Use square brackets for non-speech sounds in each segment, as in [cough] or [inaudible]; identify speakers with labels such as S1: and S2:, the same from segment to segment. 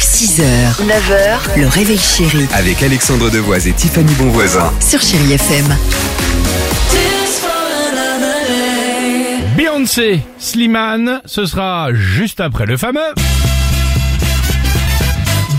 S1: 6h, 9h, le réveil chéri
S2: Avec Alexandre Devoise et Tiffany Bonvoisin.
S1: sur Chéri FM.
S3: Beyoncé, Slimane, ce sera juste après le fameux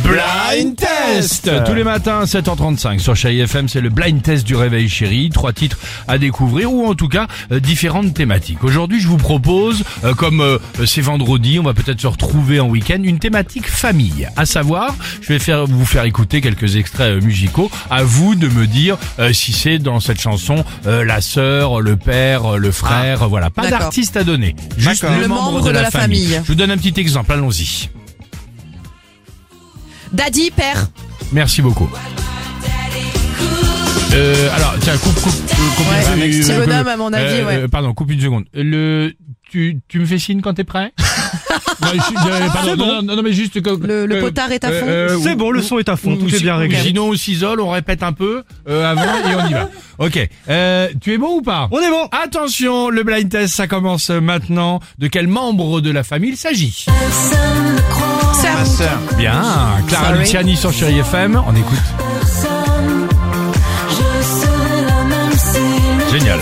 S3: Blind Test Tous les matins à 7h35 sur Chai FM, c'est le Blind Test du Réveil Chéri, trois titres à découvrir ou en tout cas euh, différentes thématiques. Aujourd'hui je vous propose, euh, comme euh, c'est vendredi, on va peut-être se retrouver en week-end, une thématique famille. À savoir, je vais faire, vous faire écouter quelques extraits euh, musicaux, à vous de me dire euh, si c'est dans cette chanson euh, la sœur, le père, euh, le frère, euh, voilà. Pas
S4: D'accord.
S3: d'artiste à donner, juste
S4: D'accord.
S3: le, membre, de, la, famille.
S4: famille.
S3: Je vous donne un petit exemple, allons-y.
S4: Daddy, père.
S3: Merci beaucoup. Euh, alors, tiens, coupe, coupe, euh, coupe
S4: Ouais,
S3: une
S4: un
S3: seconde.
S4: petit bonhomme, à mon avis,
S3: Euh,
S4: ouais.
S3: euh, pardon, coupe une seconde. Le, tu, tu me fais signe quand
S4: [laughs]
S3: t'es prêt non, je suis- euh, pardon, non, non, non, mais juste que- euh,
S4: Le, le
S3: que-
S4: potard est à fond.
S3: c'est bon, le son est à fond, tout est bien
S4: réglé.
S3: Sinon, on s'isole, on répète un peu euh, avant et on y [laughs] va. Ok, euh, tu es bon ou pas On est bon. Attention, le blind test, ça commence maintenant. De quel membre de la famille il s'agit
S4: Sœur.
S3: Bien, Clara
S4: Sorry.
S3: Luciani sur Chérie FM, on écoute. Génial.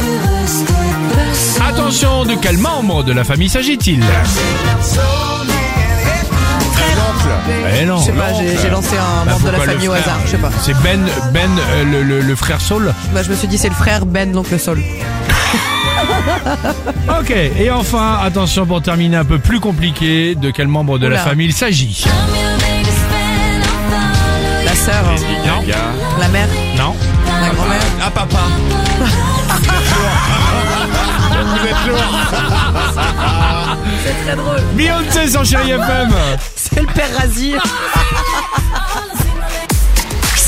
S3: Attention, de quel membre de la famille s'agit-il Eh non.
S4: Je sais pas, j'ai j'ai lancé un membre de la
S3: Bah, Pourquoi le
S4: famille au
S3: frère
S4: hasard. Je sais pas.
S3: C'est Ben, Ben, euh, le, le- le frère Saul.
S4: Bah, je me suis dit, c'est le frère Ben, l'oncle Sol.
S3: Ok, et enfin, attention pour terminer un peu plus compliqué, de quel membre de la
S4: Oula.
S3: famille il s'agit
S4: La sœur,
S3: Non,
S4: la mère,
S3: non.
S4: la grand-mère.
S3: Ah papa. Beyoncé sur Chérie FM.
S4: C'est le père Razi.